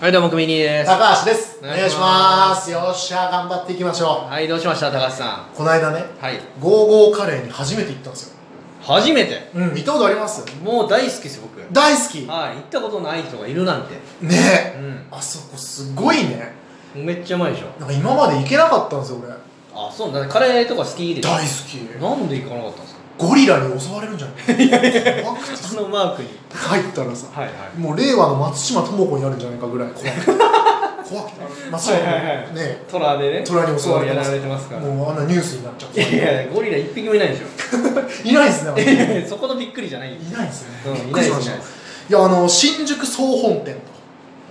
はい、どうも、くみにーです。高橋ですおお願願いいししまますよっしゃ頑張っていきましょはい、どうしました、高橋さうこの間ねん。はい。ゴーゴーカレーに初めて行ったんですよ初めて。うん行ったことありますもう大好きです、僕。大好きはい、行ったことない人がいるなんて。ねうえん。あそこすごいねめっちゃうまいでしょ。なんか今まで行けなかったんですよ俺あ、そうなんだ。カレーとか好きでしょ。大な好んで行かなかったんですかきゴリラに襲われるんじゃない怖くてそのマークに。入ったらさはいはい。もう令和の松島智子になるんじゃないかぐらい怖くて怖くて松島はいはいはいねえトラでね。虎に襲われてまやられすてますから。もうあんなニュースになっちゃっいてやいや、ゴリラ一匹もいないでしょ。いないですねあのいや いやそこのびっくりじゃないよ。いないですねうんびっくりしまいしたないいでやあの新宿総本店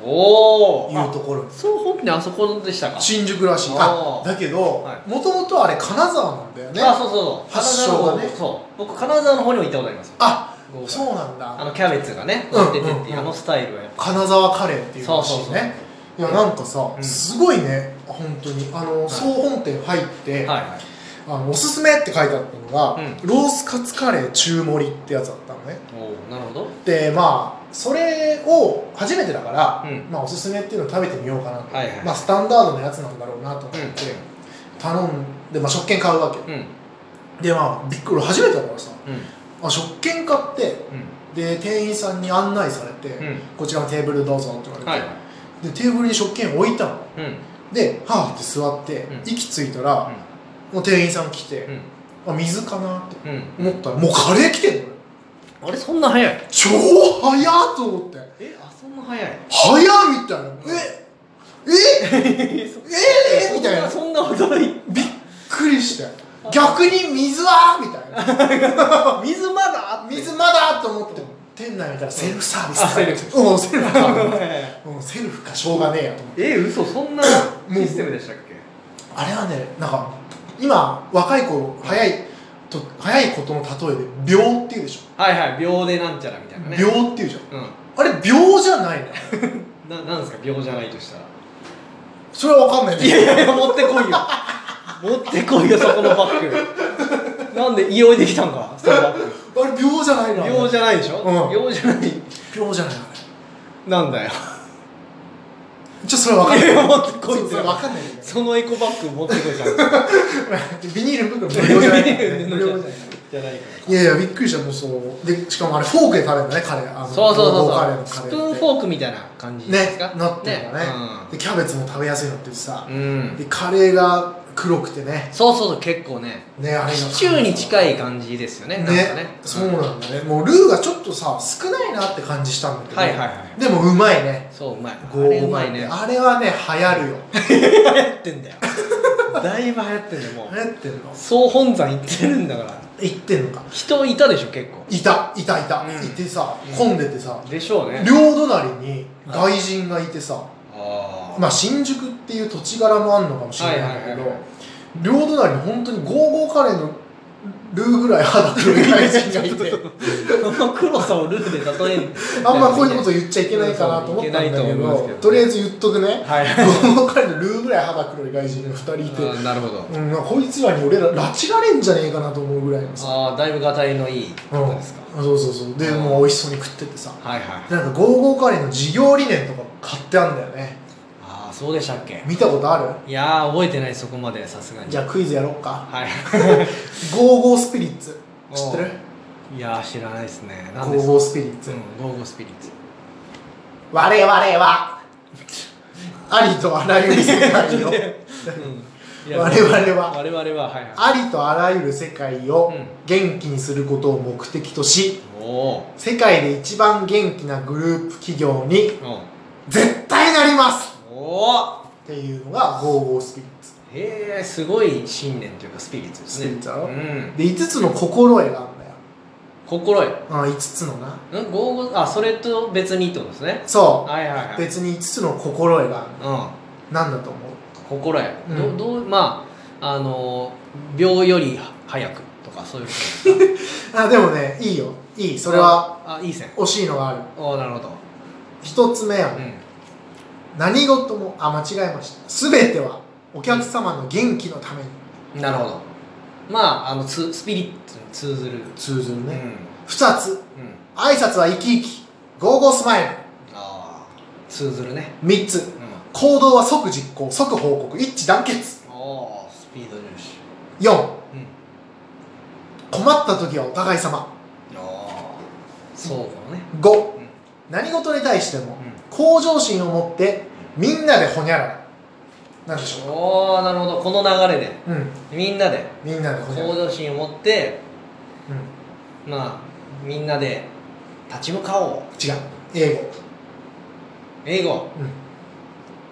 おお。というところあそう、本編あそこでしたか。新宿らしいああーだけどはいもともとあれ金沢なんだよねあ、そうそうそう。発祥が金沢のね方そう。僕、金沢の方にも行ったことありますよ。あゴーカレーそうなんあだのキャベツがね、うん売っててっていううんうんあのスタイルはやっぱ金沢カレーっていうらしそうそいうそうねいやなんかさうんすごいね本当にあいの総本店入ってあはいはいのおすすめって書いてあったのがうロースカツカレー中盛りってやつだったのねおーなるほどでまあそれを初めてだから、うんまあ、おすすめっていうのを食べてみようかなと、はいはいまあ、スタンダードのやつなんだろうなと思って、うん頼んで、まあ、食券買うわけうんうんでまあびっくり初めてだからさあ食券買ってで店員さんに案内されて、うんこちらのテーブルどうぞって言われて、はいでテーブルに食券置いたのうんではあって座って、うん息ついたら、もう店員さん来て、あ水かなってうんうん思ったらもうカレー来てんのよあれそんな早い超早っと思ってえあそんな早い早っみたいなえええーみたいなそんな驚いびっくりして逆に水はみたいな水まだ水まだと思って店内見たらセルフサービスあセルフうんセルフかうんセルフかしょうがねえやと思ってえ嘘そんなもうシステムでしたっけあれはねなんか今若い子早いと早いことの例えで秒っていうでしょはいはい秒でなんちゃらみたいなね秒っていうじゃんうんあれ秒じゃないのななんですか秒じゃないとしたらそれは分かんないいやねいやいや持ってこい よ持ってこいよそこのバッグなんでいおいできたんかそのバッグあれ秒じゃないの秒じゃないでしょ、うん秒じゃない秒じゃないあなんだよれちょっとそれは分かんいなや い持ってこいってそれ分かんないんだよそのエコバッグ持ってこいじゃんじゃ ビニール袋無料じゃないからね無料じゃないないかいやいやびっくりしたもうそうでしかもあれフォークで食べるんだねカレーあらのそうそうゴーゴーカレそーうのスカプレーンーフォークみたいな感じですかねなってるのねでキャベツも食べやすいのってさう、ん、でカレーが黒くてねそうそうそう結構ねねあれがシチューに近いい感じですよねねなんかねそうなんだねもうルーがちょっとさ少ないなって感じしたんだけど、はいはいはいでもうまいねそううまいゴあれーうゴまーいねあれはね流行るよ 流行ってんだよだいぶ流行ってんだよ も流行ってんのう総本山行ってるんだから行ってんのか人いたでしょ結構いたいたいた、うんいてさうん混んでてさ、でしょうね両隣に外人がいてさ、あーまあ、新宿っていう土地柄もあるのかもしれないんだけど、はいはいはい両隣に本当にゴーゴーカレーのルーぐらい肌黒い外人がいてその黒さをルーで例えるあんまこういうこと言っちゃいけないかなと思ったんだけいけないと思どいますけどねとりあえず言っとくねはいゴーゴーカレーのルーぐらい肌黒い外人が2人いて、なるほどうん、こいつらに俺ら拉致られんじゃねえかなと思うぐらいのさ、ああだいぶがたいのいいうん方ですか、そうそうそうでもう美味しそうに食っててさはいはいなんかゴーゴーカレーの事業理念とか買ってあんだよねああそうでしたっけ見たことあるいやー覚えてないそこまでさすがにじゃあクイズやろっかはいゴーゴースピリッツ 知ってるいやー知らないですねゴ何でーすかゴースピリッツ、うんゴーゴースピリッツ我々はありとあらゆる世界をうんいや 我々は我々ははいはいありとあらゆる世界をうん元気にすることを目的としおお世界で一番元気なグループ企業にーうん絶対なりますおーっていうのがゴーゴースピリッツへえすごい信念というかスピリッツですねスピリッツだろうんで5つの心得があるんだよ心得あ5つのなんゴーゴーあそれと別にってことですねそはいはいはうい別に5つの心得があるうんなんだと思う心得、うんどどうまああのー秒より早くとかそういうことですかあでもねいいよい いそれはあいい線惜しいのがあるおおなるほど1つ目は、うん何事もあ間違えました全てはお客様の元気のためになるほどまああのつスピリッツに通ずる通ずるうん、 2つうん、挨拶は生き生きゴーゴースマイルああ通ずるね3つうん行動は即実行即報告一致団結おースピード重視4うん困った時はお互い様ああそうかもね5うん何事に対してもうん向上心を持ってみんなでほにゃららなんでしょおおなるほどこの流れでううんみんなでみんなでほにゃら向ら上心を持ってうんまあみんなで立ち向かおう違う英語英語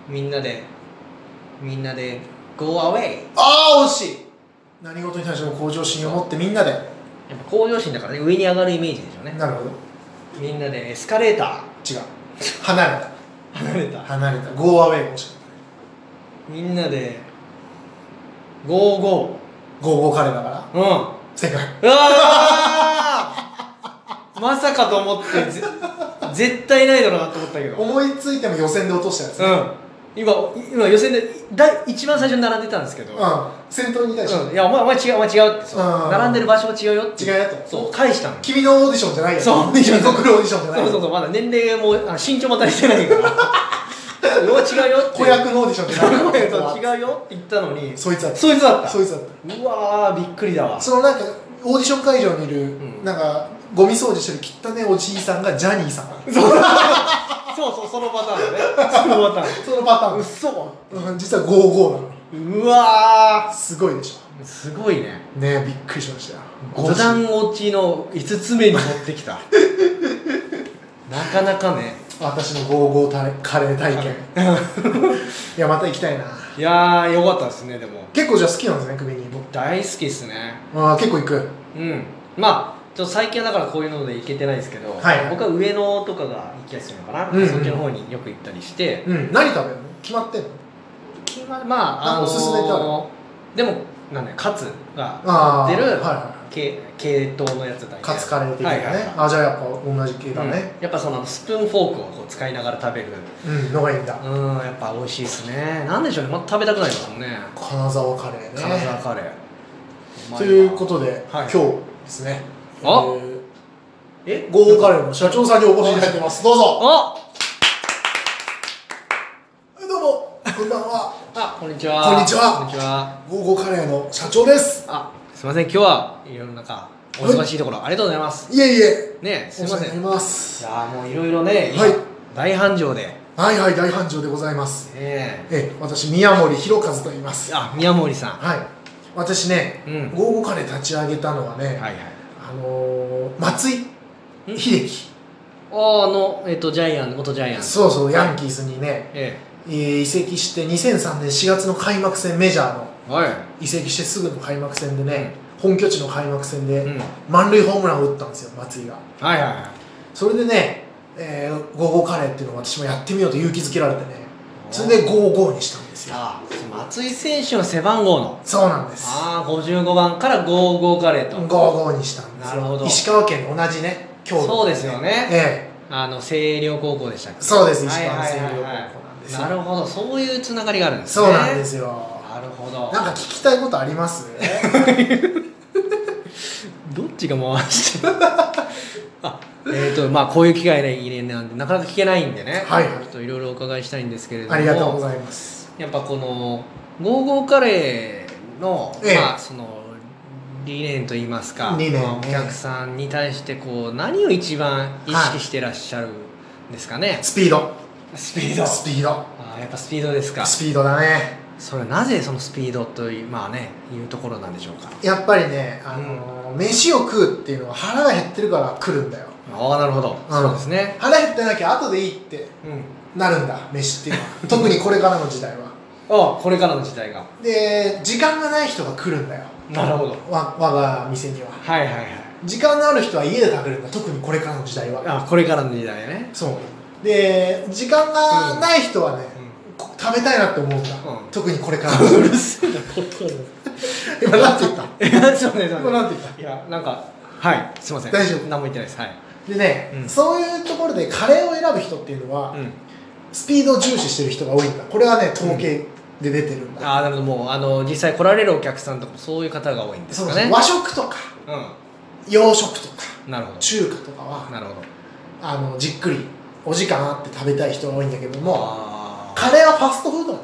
うんみんなでみんなで Go away ああ惜しい何事に対しても向上心を持ってみんなでやっぱ向上心だからね上に上がるイメージでしょうねなるほどみんなでエスカレータ違う離れー離れたた離れた Go away 惜しいみんなで GO Go go 彼だから GO うん正解うわーまさかと思ってぜ絶対ないだろうなと思ったけど思いついても予選で落としたやつ、うん今今予選でだ一番最初に並んでたんですけど、うん先頭に対して、うんいやお前お前違うお前違うってそううん並んでる場所も違うよって違うやつそう返したの君のオーディションじゃないよそう君の来るオーディションじゃないそうよそうそうまだ年齢もあの身長も足りてないから 俺は違うよって子役のオーディションじゃないよそう違うよって言ったのに そいつだったそいつだったそいつだったうわーびっくりだわそのなんかオーディション会場にいる、んなんかゴミ掃除してる汚ねおじいさんがジャニーさんそうそうそのパターンだねそのパターンそのパターンです嘘うん実は55なのうわすごいでしょーすごいねねえびっくりしましたよ五段落ちの5つ目に持ってき たなかなかね私の55たカレー体 験いやまた行きたいないやーよかったですねでも結構じゃあ好きなんですね首に大好きっすねああ結構行くうんまあちょっと最近はだからこういうので行けてないですけど、はい僕は上野とかが行きやすいのかな、うんうんそっちの方によく行ったりして、うん何食べるの決まってんの決ままああなんかのおすすめってあでもなんだよカツあがあ出はいるは系系統のやつだよねいカツカレー的なはね、いはいはいあじゃあやっぱ同じ系だねうんやっぱそのスプーンフォークをこう使いながら食べるうん、のがいいんだうんやっぱ美味しいですねなんでしょうねまた食べたくなりますもんね金沢カレーね金沢カレーうまわということで、はい今日ですねあえーえゴーカレーの社長さんにお越しいただいてますどうぞおどうもこんばんはあこんにちはこんにちはこんにちはゴーゴーカレーの社長ですあすいません今日はいろんな中お忙しいところありがとうございますいえいえねえすいお世ま話せんにないりますやーもういろいろね今はい大繁盛でねはいはい大繁盛でございますえええ私宮森弘和と言いますあ宮森さんははい私ね、うんゴーゴーカレー立ち上げたのはね、いはいあのー松井ん秀樹ああのえっとジャイアン元ジャイアンツそうそうヤンキースにね、ええー移籍して2003年4月の開幕戦メジャーのえはい移籍してすぐの開幕戦でね、本拠地の開幕戦で、うん満塁ホームランを打ったんですよ松井がはいはいはいそれでね、えー、ゴーゴーカレーっていうのを私もやってみようと勇気づけられてねそれでゴーゴーにしたんですよあ松井選手の背番号のそうなんですああ55番から55カレーゴと、ーゴーにしたんですなよるほど石川県の同じね京都そうですよねえあの星稜高校でしたっえけそうですは石い川はい県は西い陵はい高校なんですよなるほどそういうつながりがあるんですねそうなんですよなるほどなんか聞きたいことあります どっちが回してる あえーとまあ、こういう機会で入れなんでなかなか聞けないんでね、はいはいちょっといろいろお伺いしたいんですけれどもありがとうございますやっぱこのゴーゴーカレーの、ええまあその理念といいますか、理念まあお客さんに対してこう何を一番意識してらっしゃるんですかね、スピードスピードスピードあーやっぱスピードですかスピードだねそれはなぜそのスピードというまあねいうところなんでしょうかやっぱりね、あのー飯を食うっていうのは腹が減ってるから来るんだよああなるほど、うんそうですね腹減ってなきゃ後でいいってうんなるんだ飯っていうの は特にこれからの時代はああこれからの時代がで時間がない人が来るんだよなるほどわ我が店にははいはいはい時間のある人は家で食べるんだ特にこれからの時代はあこれからの時代ねそうで時間がない人はね、こ食べたいなって思うん だ、うん特にこれからの時代せえなこと 今なんて言ったえ そうねそうね今なんて言ったいやなんかはいすいません大丈夫何も言ってないですはい、でね、うんそういうところでカレーを選ぶ人っていうのは、スピードを重視してる人が多いんだこれはね統計で出てるんだ、ああなるほどもうあの実際来られるお客さんとかもそういう方が多いんですそうかそうね和食とかう洋食とかんなるほど中華とかはなるほどあのじっくりお時間あって食べたい人が多いんだけどもあーカレーはファストフードなんだ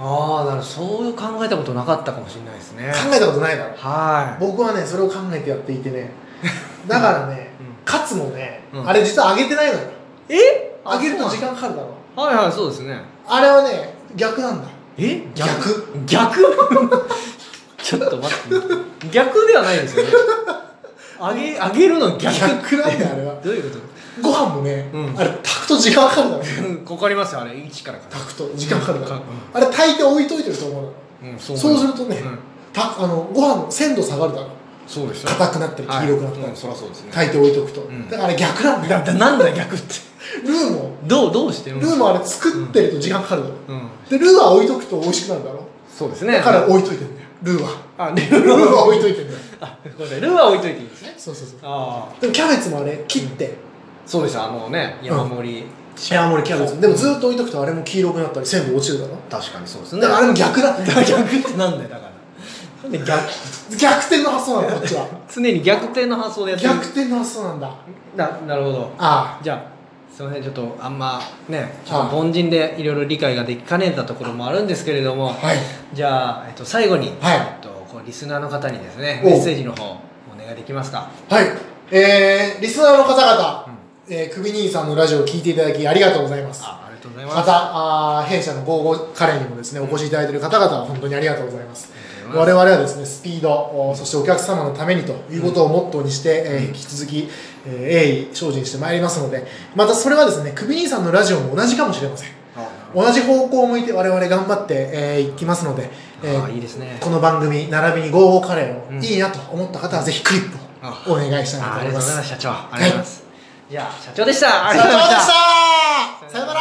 あーなるほどそういう考えたことなかったかもしれないですね考えたことないだろは僕はねそれを考えてやっていてねだからね、 うんカツもね、うんあれ実は揚げてないのよいえ揚げると時間かかるだろはいはいそうですねあれはね逆なんだえ逆逆 ちょっと待って逆ではない ですよねあげあげるの逆逆なんだよあれはどういうこ ご飯もね、うんあれ炊くと時間かかるだろとかかりますよあれ一からか炊くと時間かかるだろ、うあれ炊いて置いといてると思うのんうんそうそう思いすまるとね、うんたあのご飯の鮮度下がるだろそうでしょ硬くなったり黄色くなったり、はいうんそりゃそうですね炊いて置いとくと、んだから逆なんだよだだなんだよ逆ってルーもどうどうしてうんルーもあれ作ってると時間かかるだろ、うんでルーは置いとくと美味しくなるだろそうですねだから置いといてんだよルーはあルルーーはは置いといてんだよあごめんなさいルーは置いといていいんですねそうそうそうああでもキャベツもあれ切って、そうでしたあのね山盛り山盛りキャベツでもずっと置いとくとあれも黄色くなったり鮮度落ちるだろ確かにそうですねだからあれも逆だだから 逆ってなんだよだからなんで逆 逆転の発想なんだこっちは常に逆転の発想でやってる 逆転の発想なんだあななるほどあじゃあすいませんちょっとあんまねちょはっいと凡人でいろいろ理解ができかねたところもあるんですけれどもはいじゃあ、えっと、最後に、はいえっと、こうリスナーの方にですねおうメッセージの方お願いできますかはいえー、リスナーの方々、うんえー、クビ兄さんのラジオを聞いていただきありがとうございますあありがとうございますまたあー弊社の午後カレーにもですねお越しいただいている方々は本当にありがとうございますうん我々はですねスピードおそしてお客様のためにということをモットーにして、えー引き続き、えー鋭意精進してまいりますのでまたそれはですねクビ兄さんのラジオも同じかもしれません同じ方向を向いて我々頑張って、えーいきますので、えーあいいですねこの番組並びにゴーゴーカレーを、うんいいなと思った方はぜひクリップあをお願いしたいなあとあ思りがとういごまざいすます社長ありがとうございます、じゃあ社長でしたあ社りがとうございまし長でたしたさよなら